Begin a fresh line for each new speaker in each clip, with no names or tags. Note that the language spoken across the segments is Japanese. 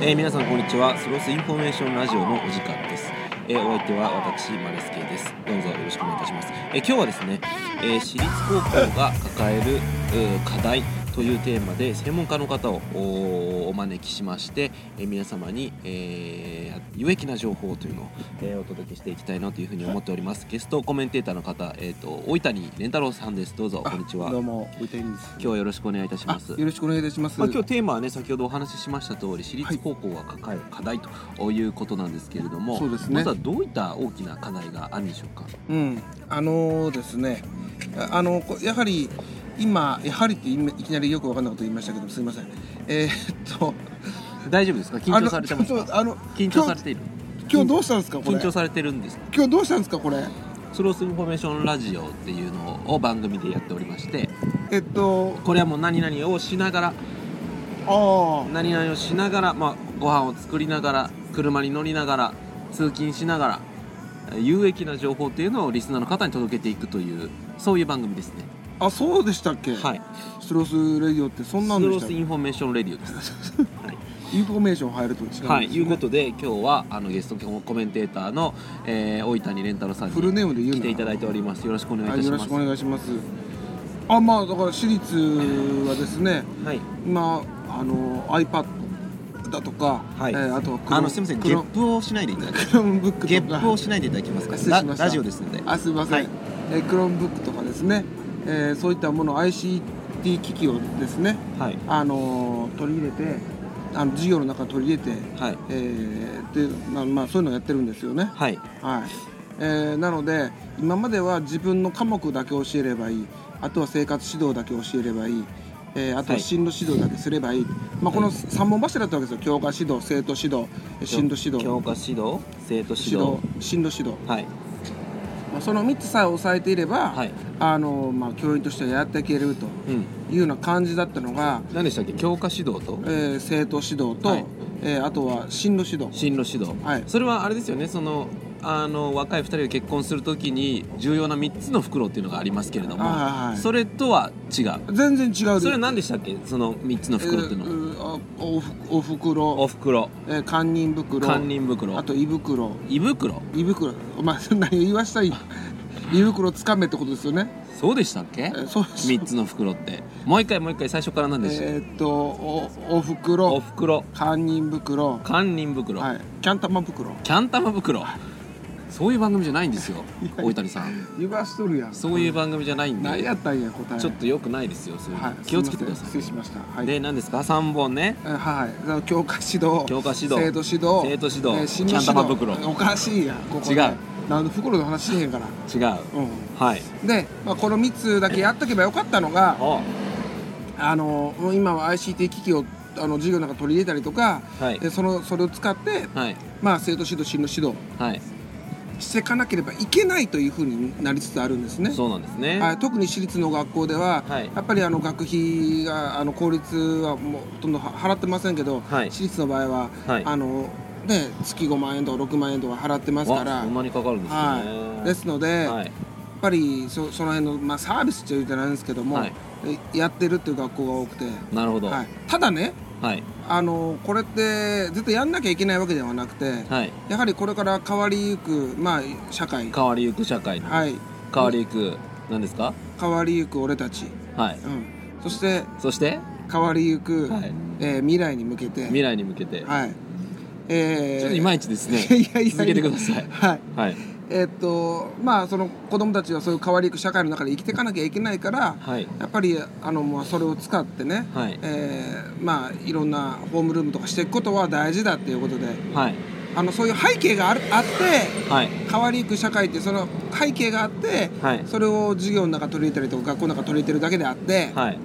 えー皆さんこんにちはスロスインフォメーションラジオのお時間です、えーお相手は私マレスケですどうぞよろしくお願いいたします、えー今日はですね、えー私立高校が抱えるえー課題というテーマで専門家の方をおお招きしまして、えー皆様に、えー有益な情報というのを、えーお届けしていきたいなというふうに思っておりますゲストコメンテーターの方、えー、と大谷蓮太郎さんですどうぞこんにちは
どうも、ウテンです。
今日はよろしくお願いいたします
あよろしくお願いいたします。
まあ、今日テーマはね先ほどお話ししました通り私立高校が抱える課題ということなんですけれども、
そうですね
まずはどういった大きな課題があるんでしょうか
うん、あのーですね、ああのこやはり今やはりって今いきなりよくわかんないこと言いましたけど、すみません。えーっと、
大丈夫ですか緊張されてます
あのちょっとあ
か
の
緊張されている
今日今日どうしたんですかこれ。
緊張されてるんです
今日どうしたんですかこれ。
スロースインフォメーションラジオっていうのを番組でやっておりまして
えっと、
これはもう何々をしながら
あ
何々をしながら、まあ、ご飯を作りながら車に乗りながら通勤しながら有益な情報っていうのをリスナーの方に届けていくというそういう番組ですね
あ、あそうでしたっけ。
はい
スロスレディオってそんなん
ス
で
ロ
し
ー
たっ
ス
け。
イ
イン
ンフォメーションレディオです。
フォメーション入ると違うんですよね
はい、いうことで今日はあのゲストコメンテーターの、えー、大谷蓮太郎さんに
フルネームで言う
来
な
ていただいております。よろしくお願いい
は
た
い、
し
よろ
ま
し
す。
くお
は
願いします。あ、まあだから私立はですね。
い、
今あの iPad だとか、
はい
えーあとはクロ
あのすみません、
ク
ゲ
ロ
ップをしないでいただきます。
クロームブックとか
ゲップをしないでいただきますか。
失礼
ラ
しました
ラジオですので。
あすみません、
はい
えークロームブックとかですね、えーそういったもの ICT 機器をですね、
はい
あのー取り入れてあの授業の中に取り入れて、
はい
えーでまあ、まあ、そういうのをやってるんですよね
はい
はい、えーなので今までは自分の科目だけ教えればいいあとは生活指導だけ教えればいい、えーあと
は
はい進路指導だけすればいい、まあ、この3本柱だったわけですよ教科指導生徒指導えー進路指導
教科指導、生徒指
指
導
導。進路指導、
はい
まあ、その3つさえ押さえていれば、
はい
あのまあ、教員としてやっていけると
うん。
いうような感じだったのが、
何でしたっけ？教科指導と
えー生徒指導と、
はい
えーあとは進路指導
進路指導。
はい
それはあれですよね。そのあの若い二人が結婚するときに重要な三つの袋っていうのがありますけれども、
はいはい
それとは違う。
全然違う
それは何でしたっけその3つの袋っていうのは、
えーあおふお袋
お袋
えー、堪忍袋
堪忍袋
あと胃袋
胃袋
胃袋まあそんなに言わし たい胃袋つかめってことですよね
そうでしたっけ
えーそうです
3つの袋ってもう一回もう一回最初から何でしたっけ
えーっとおお
お
袋
袋
堪忍袋
堪忍袋、
はいキャン玉袋
キャン玉袋そういう番組じゃないんですよ大谷さん
言わしとるやん
そういう番組じゃないんで
何やったんや答え
ちょっと良くないですよそういうの、
はい
気をつけてくだ
す
さ
い
い
ません失礼しましたはい
で何ですか3本ね
えーはいはい教科指導
教科指導
生徒指導
生徒指導
進路
キャン玉袋
指導おかしいやんここで
違う
なんで袋の話しへんから
違う
う
はい
んで、まあ、この3つだけやっとけばよかったのが
あ
あのもう今は ICT 機器をあの授業の中に取り入れたりとか、
はい
えそのそれを使って、
はい
まあ、生徒指導進路指導
はい
していかなければいけないというふうになりつつあるんですね。
そうなんですね、
はい、特に私立の学校では、
はい
やっぱりあの学費があの公立はもうほとんどは払ってませんけど、
はい
私立の場合は、
はい
あのね、月5万円とか6万円とか払ってますか
わ
ら
そん。なにかかるんですね、
はい、ですので、
は
や
い
っぱりそその辺の、まあ、サービスというじゃないんですけども、
はい
えやってるっていう学校が多くて、
なるほど
はい、ただね
はい
あのこれって絶対やんなきゃいけないわけではなくて、
はい
やはりこれから変わりゆく、まあ、社会、
変わりゆく社会の
はい、
変わりゆく何ですか
変わりゆく俺たち、
はい
うん、そして
そして
変わりゆく、
はい
えー未来に向けて、
未来に向けて
はいえー
ちょっといまいちですね
いやいやいや
続けてください
はい
はい
えーっとまあその子供たちはそういう変わりゆく社会の中で生きていかなきゃいけないから、
はい
やっぱりあの、まあ、それを使ってね、
はい
えーまあ、いろんなホームルームとかしていくことは大事だっていうことで。
はい
あのそういう背景があるあって
はい
変わりゆく社会ってその背景があって、
はい
それを授業の中取り入れたりとか学校の中取り入れてるだけであって、
はい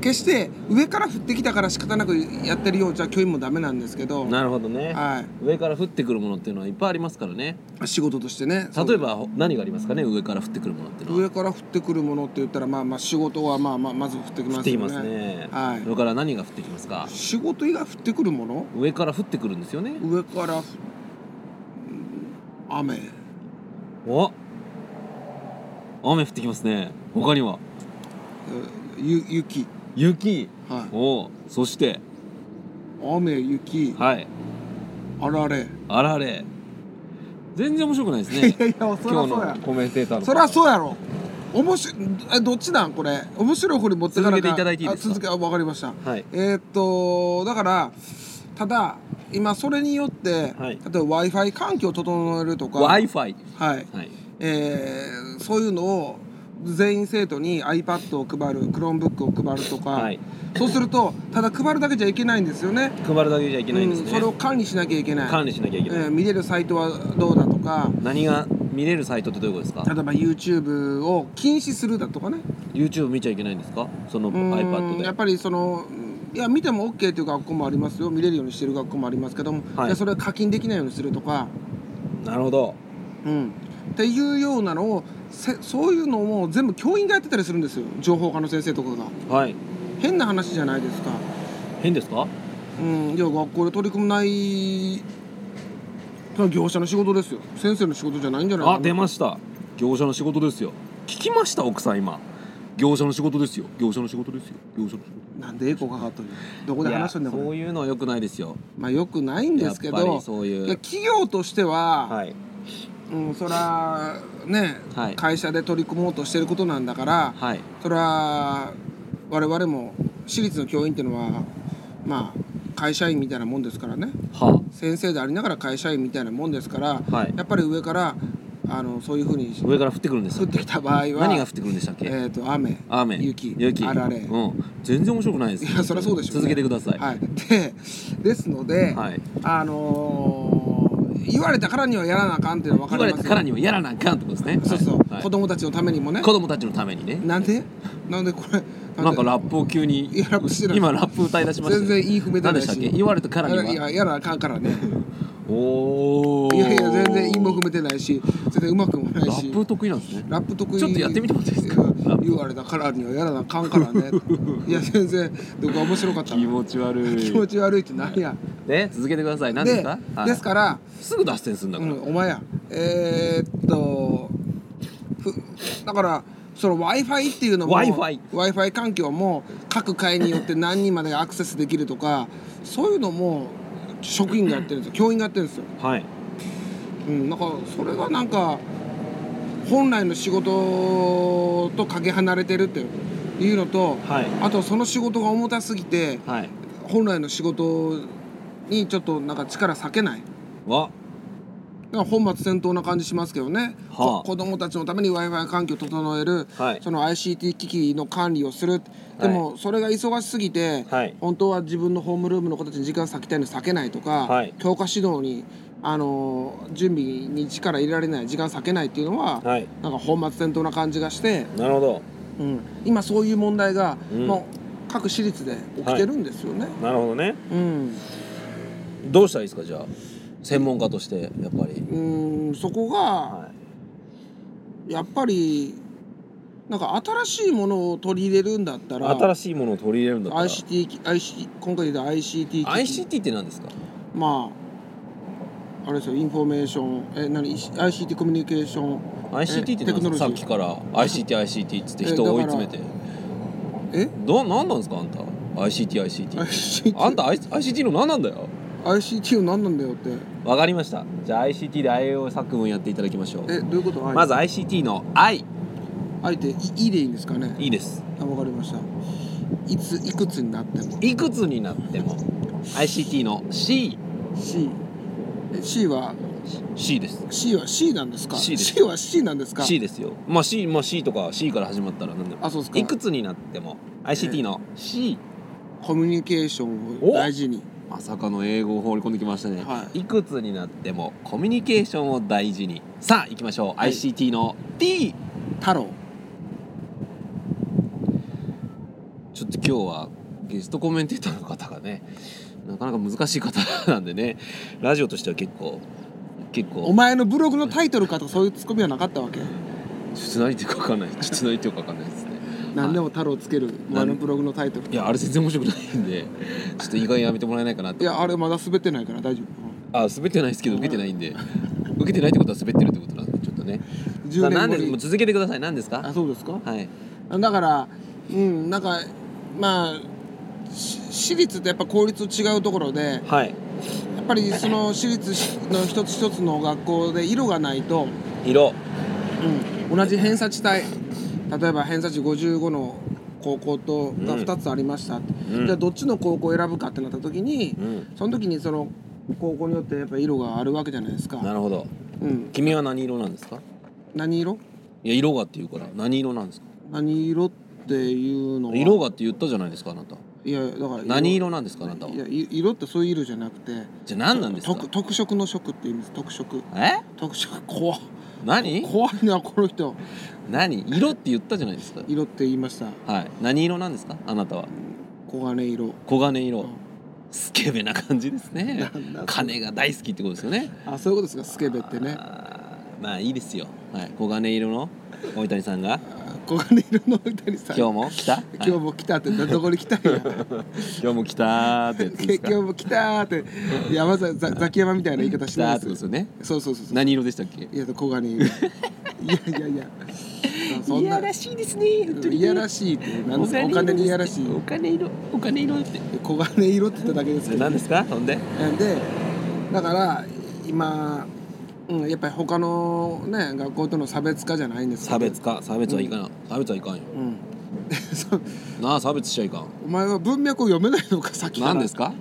決して上から降ってきたから仕方なくやってるようじゃ教員もダメなんですけど、
なるほどね
は
上から降ってくるものっていうのはいっぱいありますからね
い、仕事としてね
例えばほ何がありますかね上から降ってくるものっていうのは
上から降ってくるものって言ったらまあまあ仕事はまあまあまず降ってき
降
ま
っ
す
てき
よ
ます
ね
ね
はい
それから何が降ってきますか
仕事以外降ってくるもの
上から降ってくるんですよね
上からふ雨
お雨降ってきますね他には
ゆ雪
雪
はい
おそして
あ雨雪
はい
あられ
あられ全然面白くないです
い
ね
やいやそり
今
ゃ
日
そうや
のコメンテーターの
そりゃそうやろ面白えどっちなんこれ面白い方に持ってかな
続けていただいていいですか
あ続けあわかりました
はい
えーっとだからただ今それによって、
はい
例えば w i f i 環境を整えるとか、
w i f i
はい
はい
えーそういうのを全員生徒に iPad を配る Chromebook を配るとか、
はい
そうするとただ配るだけじゃいけないんですよね
配るだけじゃいけないんです
う
ね
ん、それを管理しなきゃいけない
管理しなきゃいけない、
えー見れるサイトはどうだとか
何が見れるサイトってどういうことですか
例えば YouTube を禁止するだとかね
YouTube 見ちゃいけないんですかその
うー
iPad
んや
で
っぱりそのいや見ても OK という学校もありますよ見れるようにしてる学校もありますけども、
はい
じゃあそれは課金できないようにするとか、
なるほど
うん、っていうようなのをせそういうのも全部教員がやってたりするんですよ情報科の先生とかが
はい
変な話じゃないですか、
変ですか
うん、いや学校で取り組むないそれは業者の仕事ですよ先生の仕事じゃないんじゃないかな
あ出ました業者の仕事ですよ聞きました奥さん今業者の仕事ですよ業者の仕事ですよ業者の仕事
なんでエコかかっとるどこで
いや
話しとんねんこ
そ
れ
ういうのは良くないですよ
まあよくないんですけ
やっぱ
ど
りそうい
いや
う
企業としては、
はい
うん、そらね、
はい
会社で取り組もうとしてることなんだから
はい
そら我々も私立の教員っていうのはまあ会社員みたいなもんですからね
は
先生でありながら会社員みたいなもんですから
あはい
やっぱり上からあのそういうふうに
上から降ってくるんです
降
よ
ってきた場合は
何が降ってくるんでしたっけ、
えー、と雨
雨
雪
雪
あられ
うん全然面白くないですよ
いやそりゃそうでしょうね
続けてください
はい、でですので、
はい
あのー言われたからにはやらなあかんっていうのは
言
分か
わ
り
れ
ま
た
す
から
に
にはやらなあかんってことですね
そうそう、
はい
子供たちのためにもね
子供たちのためにね
なんでなんでこれで
なんかラップを急に
いやラップしてない
今ラップ歌い出しました
全然いい譜面じゃ
何で
ない
し
した
っけ言われたからに
い
は
ややらあかんからね
おお
いやいや全然いいも踏めてないし全然うまくもない
ラ
し
ップ得意なんですね
ラップ得意
ちょっとやってみてもらっていいですかラップ
言われたからにはやらなあかんからねいや全然どこが面白かった
気
な
持ち悪
気持
い
ち悪いって何や
で続けてください何ですかはい
ですから、
すぐ脱線するんだ
う
から
ん、お前やえーっとふだからその w i f i っていうのも
Wi-Fi
w i f i 環境も各会によって何人までアクセスできるとかそういうのも職員がやってるんですよ教員がやってるんですよ、
はい
うん、なんかそれがなんか本来の仕事とかけ離れてるっていうのと
はい
あとその仕事が重たすぎて
はい
本来の仕事にちょっとなんか力割けない
わ
なんか本末転倒な感じしますけどね、
はあ
こ子どもたちのために w i f i 環境を整える、
はい
その ICT 機器の管理をするでもそれが忙しすぎて、
はい
本当は自分のホームルームの子たちに時間割きたいのに割けないとか、
はい
教科指導に、あのー準備に力入れられない時間割けないっていうのは、
はい
なんか本末転倒な感じがして、
なるほど
うん今そういう問題が、
うん
もう各私立で起きてるんですよね。
なるほどね
うん
どうしたらいいですかじゃあ専門家としてやっぱり
うんそこが、
はい
やっぱりなんか新しいものを取り入れるんだったら
新しいものを取り入れるんだったら
ICT 機 ICT 今回で ICT 機器
ICT って何ですか
まああれですよインフォメーションえ何 ICT コミュニケーション
ICT って
テ
な
ク
ん
ノ
で
ロ
す
ジ
か
ー
さっきから ICTICT っつって人を追い詰めて
え
ど何なんですかあんた ICTICT
ICT
あんた I- ICT の何なんだよ
ICT は何なんだよって
わかりましたじゃあ ICT で IO 作文やっていただきましょう
えどういうこと
ま
ず
ず ICT の I
あえていいいでいいんですかね
いいです
あわかりましたいついくつになっても
いくつになっても ICT の C
C え C は
C です
C は C なんですか
C です
は C なんですか
C ですよまあ C まあ C とか C から始まったら何でも
あそうですか
いくつになっても ICT の C
コミュニケーションを大事に
まさかの英語を放り込んできましたね、、
はい
くつになってもコミュニケーションを大事にさあ行きましょう、
はい
ICT の T
太郎
ちょっと今日はゲストコメンテーターの方がねなかなか難しい方なんでねラジオとしては結構結
お
構
前のブログのタイトルかとかそういうツッコミはなかったわけ
ちょっと何言ってるか分かんないちょっと何言ってるか分かんないですね
何でも太郎つけるお前のブログのタイトル
いやあれ全然面白くないんでちょっと意外やめてもらえないかなっ
い
て
やあれまだ滑ってないから大丈
あ滑ってないですけど受けてないんで受けてないってことは滑ってるってことなんでちょっとね
夫
さあ
10
何で
年後
もう
に
続けてください何ですか
あそうですか
はい
だからうんなんかまあし私立ってやっぱ公立と違うところで
はい
やっぱりその私立の一つ一つの学校で色がないと、
色
うん、同じ偏差値帯例えば偏差値55の高校とが
うん
2つありました、
うん
じゃあどっちの高校を選ぶかってなった時に
うん
その時にその高校によってやっぱ色があるわけじゃないですか、
なるほど
うん、
君は何色なんですか
何色
いや色がって言うから何色なんですか
何色っていうのは
色がって言ったじゃないですかあなた
いやだから
何色なんですかあなたはい
やい色ってそういう色じゃなくて
じゃあ何なんですか
特特色の色って意味です特色
え
特色 怖っ
何
怖いなこの人
何色って言ったじゃないですか
色って言いました
はい何色なんですかあなたは
黄金色
黄金
う
色
ん
スケベな感じですね
なんだ
金が大好きってことですよね
あそういうことですかスケベってね
あーまあいいですよ、はい、黄金色の大谷さんが
あ黄金色の大谷さん
今日も来 た、はい
今日も来たってどこに来たん や
今日も来たーってやつです
今
か
日も来たーって山ざざザキヤマみたいな言い方
来
した
ー
な
っ
い
てこと
で
ですすよね
そうそうそうそう
何色でしたっけ
いや黄金 色いやいやいやそんない
しいですね
いやらしいってなんですかお金にいやらしい
金色お金色って
黄金色って言っただけです
そ
け
れ
ど
何ですかほんで
でだから今、うん、やっぱり他のね学校との差別化じゃないんですけど
差別か差別はいかん、差別はいかんよ
うんでそう
なあ差別しちゃいかん
お前は文脈を読めないのかさっきから
何ですか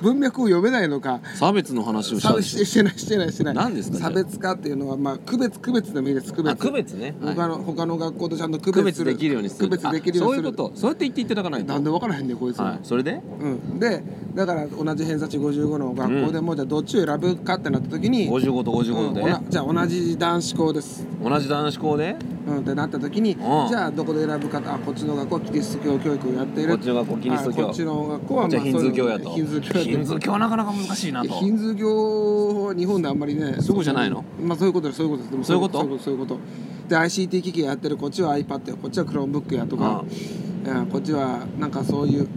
文脈を読めないのか
差別の話をした
差
んで
別
し
してないしてないしてない
何ですかじゃあ
差別化っていうのはまあ区別区別でもいいです区
ょ
別
あ区別ね、はい
他の他の学校とちゃんと区
区
別す
別
る
できるようにする
区別できるよう
あそう
にする
いうことそうやって言っていただかないと
なんで分からへんねんこいつ、
はい、それで
うん、でだから同じ偏差値55の学校でも、じゃあどっちを選ぶかってなった時に、
55と
う
55
ん
で、
おなじゃあ同じ男子校です
同じ男子校で
うん、ってなった時に、
うん
じゃあどこで選ぶかあこっちの学校はキリスト教教育をやっている
こっちの学校キリスト教
あこっちの学校は
じゃあヒンズー教やと
ヒンズー教
ヒン
や
ズー教はなかなか難しいな
といや
と
ヒンズー教は日本であんまりね
そうじゃないの
まあそういうことですそういうことですでも
そういうこと
そういうことそういうことで ICT 機器やってるこっちは iPad やこっちは Chromebook やと
あ
か、うん、こっちはなんかそういう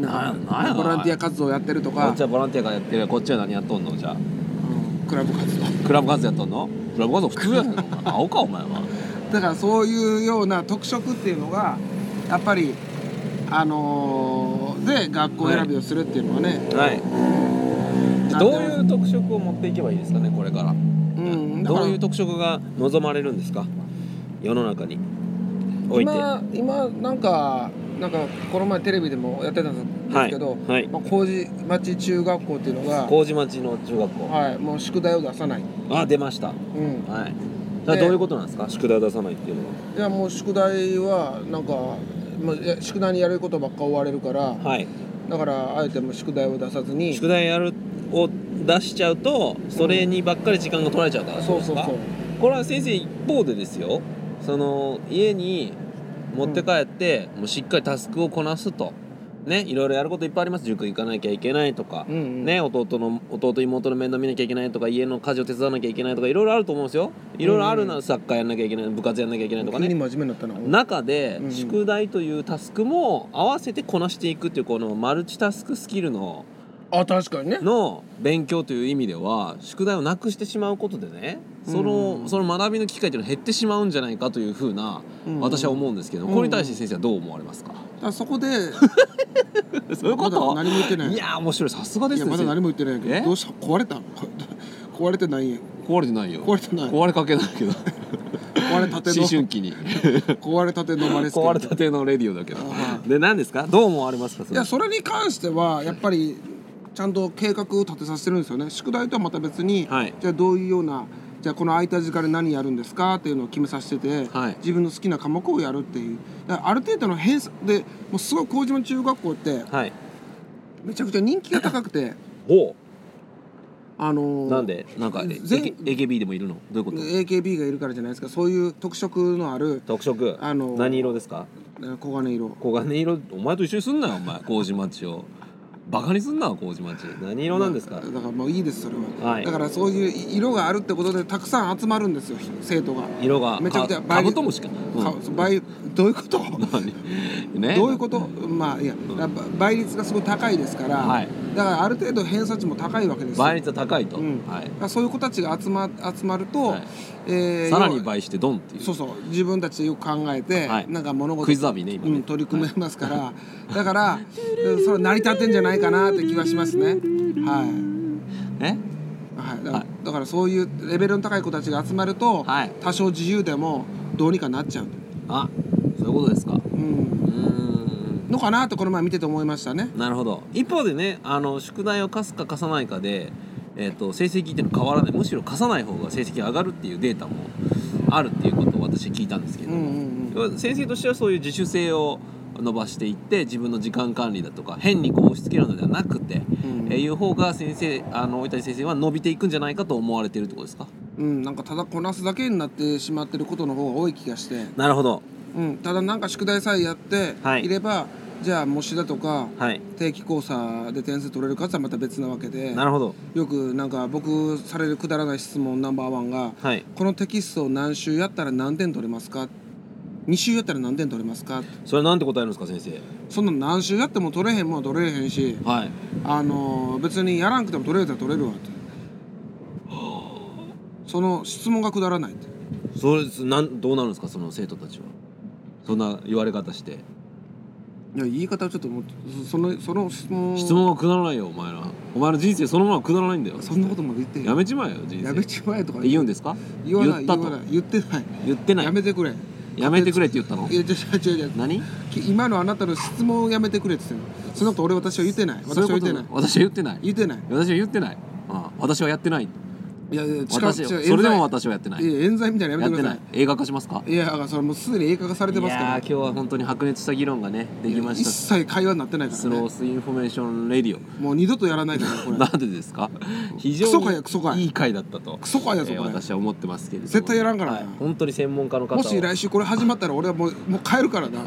なんやなんや
ボランティア活動やってると
こ
か
っちはボランティアがやってるこっちは何やっとんのじゃあ
うんクラブ活動
クラブ活動やっとんのクラブ活動普通やんのお前青かお前は
だからそういうような特色っていうのがやっぱりあのーで学校選びをするっていうのはね、
はい
なんで
どういう特色を持っていけばいいですかねこれから
うん、だか
ど
ら
ういう特色が望まれるんですか世の中においては
今今なんかなんかこの前テレビでもやってたんです
い
けど、
はい
まあ、麹町中学校っていうのが、
麹町の中学校
はい、もう宿題を出さない、
あ出ました
うん、
はいそれはどういうことなんですか宿題を出さないっていうの
いやもう宿題はなんかまあいや宿題にやることばっか追われるから
ははい
だからあえてもう宿題を出さずに
宿題やるを出しちゃうとそれにばっかり時間が取られちゃうから
そうそうそう
これは先生一方でですよその家に持って帰って、もうしっかりタスクをこなすとねいろいろやることいっぱいあります塾行かなきゃいけないとか、
うんうん
ね弟の弟妹の面倒見なきゃいけないとか家の家事を手伝わなきゃいけないとかいろいろあると思うんですよいろいろあるならサッカーやんなきゃいけない部活やんなきゃいけないとか
急に
ね
真面目になったな
中で
うんうん
宿題というタスクも合わせてこなしていくっていうこのマルチタスクスキルの
あ確かにね
の勉強という意味では宿題をなくしてしまうことでねその,、
うん
その学びの機会というのは減ってしまうんじゃないかというふうな
うん
私は思うんですけど、
うん
これに対して先生はどう思われます か、
だからそこで
そういうこ
ま
と
だ何も言ってない
いやー面白いさすがで
い
す
や
ね
まだ
先
何も言ってないけ
え
どどうした壊れた 壊れてないんや
生壊れてないよ
壊れてない
壊れかけない けど
壊れたての
思春期 に
壊れたてのマレスケ
壊れたてのレディオだけど
あは
で何ですかどう思われますかそ
い
れ
やそれに関してはやっぱりちゃんと計画を立てさせてるんですよね宿題とはまた別に、
はい
じゃあどういうようなじゃあこの空いた時間で何やるんですかっていうのを決めさせてて、
はい
自分の好きな科目をやるっていうだからある程度の偏差でもうすごい麹島中学校って
はい
めちゃくちゃ人気が高く て
お
あのー
なんでなんかえ
全
AKB でもいるのどういうこと
AKB がいるからじゃないですかそういう特色のある
特色
あの
何色ですか
えー黄金色
黄金色お前と一緒にすんなよお前麹町をバカにすんな麹町何色なんですか
だからもういいですそれは、
はい
だからそういう色があるってことでたくさん集まるんですよ生徒が。
色が
めちゃくちゃ
か
バ
カ
リ
ブトムシか、うん
か倍どういうこと
ね
どういうことまあいや
ん
やっぱ倍率がすごい高いですから、
はい
だからある程度偏差値も高いわけですよ
倍率は高いと、
うん
はい
だからそういう子たちが集ま集まると、
はい
えー
さらに倍してドンっていう
そうそう自分たちでよく考えて、
はい
なんか物事
クイズアビね今ね、
うん、取り組めますから、だから、うんそれ成り立ってんじゃないかなって気はしますね。はい
ね
はい、だ
はい
だからそういうレベルの高い子たちが集まると、
はい
多少自由でもどうにかなっちゃう、
あそういうことですか
う、
うんーん
のかなとこの前見てて思いましたね。
なるほど一方でねあの宿題を課すか課さないかで、えー、と成績っていうのは変わらないむしろ課さない方が成績が上がるっていうデータもあるっていうことを私聞いたんですけ
う
ど、
んうん
先生としてはそういう自主性を伸ばしていって自分の時間管理だとか変にこう押し付けるのではなくて、
うん
えーいう方が先生あの大谷先生は伸びていくんじゃないかと思われてるってことですか
うん、うん、なんかただこなすだけになってしまってることの方が多い気がして、
なるほど
うん、ただなんか宿題さえやって
はい
いれば、じゃあ模試だとか
はい
定期考査で点数取れるかはまた別なわけで
なるほど
よくなんか僕されるくだらない質問ナンバーワンが
はい
このテキストを何週やったら何点取れますか2週やったら何点取れますか
それなんて答えるんですか先生
そんなの何週やっても取れへんもんは取れへんし、
はい
あのー別にやらんくても取れるやつは取れるわってその質問がくだらないって
それなんどうなるんですかその生徒たちはそんな言われ方して
いや言い方はちょっともうそそのその質問
質問はくだらないよお前らお前の人生そのままくだらないんだよ
そんなことまで言ってへん
やめちまえよ人生
やめちまえとか
って言うんですか
言わない
言っ
言
た
わ
と
ない言ってない
言ってない
や
や
めてくれい
めてくれって言ったの
や違う違う違う
何
き今のあなたの質問をやめてくれって言ってんのそんなこと俺私は言ってない私は言ってない
私は言ってない
言ってない
私は言ってないああ私はやってない
いやいや力
私
違
は
う
そ
冤罪
れでも私はやってない
いや冤罪みたいなの
や
や
っ
めて
て
くだ
な
さ
い映画化しますか
いいやだからそれもうすでに映画化されてますか
やー
ら
今日は本当に白熱した議論がねできま
一
し
切会話になってない
た
か
ス
ら
ロー
ね
スインフォメーションレディオ
もう二度とやらないからねこ れ
なんでですか非常
クソかやクソかや
にいい回だったと
クソかやぞ
えー
これ
私は思ってますけれども
絶対やらんからな
はい本当に専門家の方を
もし来週これ始まったら俺はもうもう帰 るからな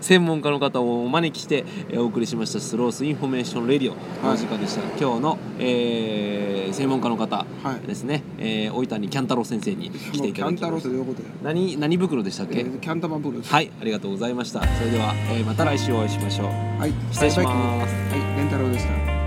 専門家の方をお招きしてえーお送りしましたスロースインフォメーションレディオのお時間でした、今日の、えー専門家の方
はい
ですね、えー大谷キャンタロウ先生に来
も
て
う
い
キ
た
ャ
だ
ン
き
タロ
ま
ウ
し
っ
てた
どういうことや
何何袋でしたっ
え
け、
ーキャンタマンブルーです
はいありがとうございましたそれでは、えーまた来週お会いしましょう
はい
失礼します
はいレンタロウでした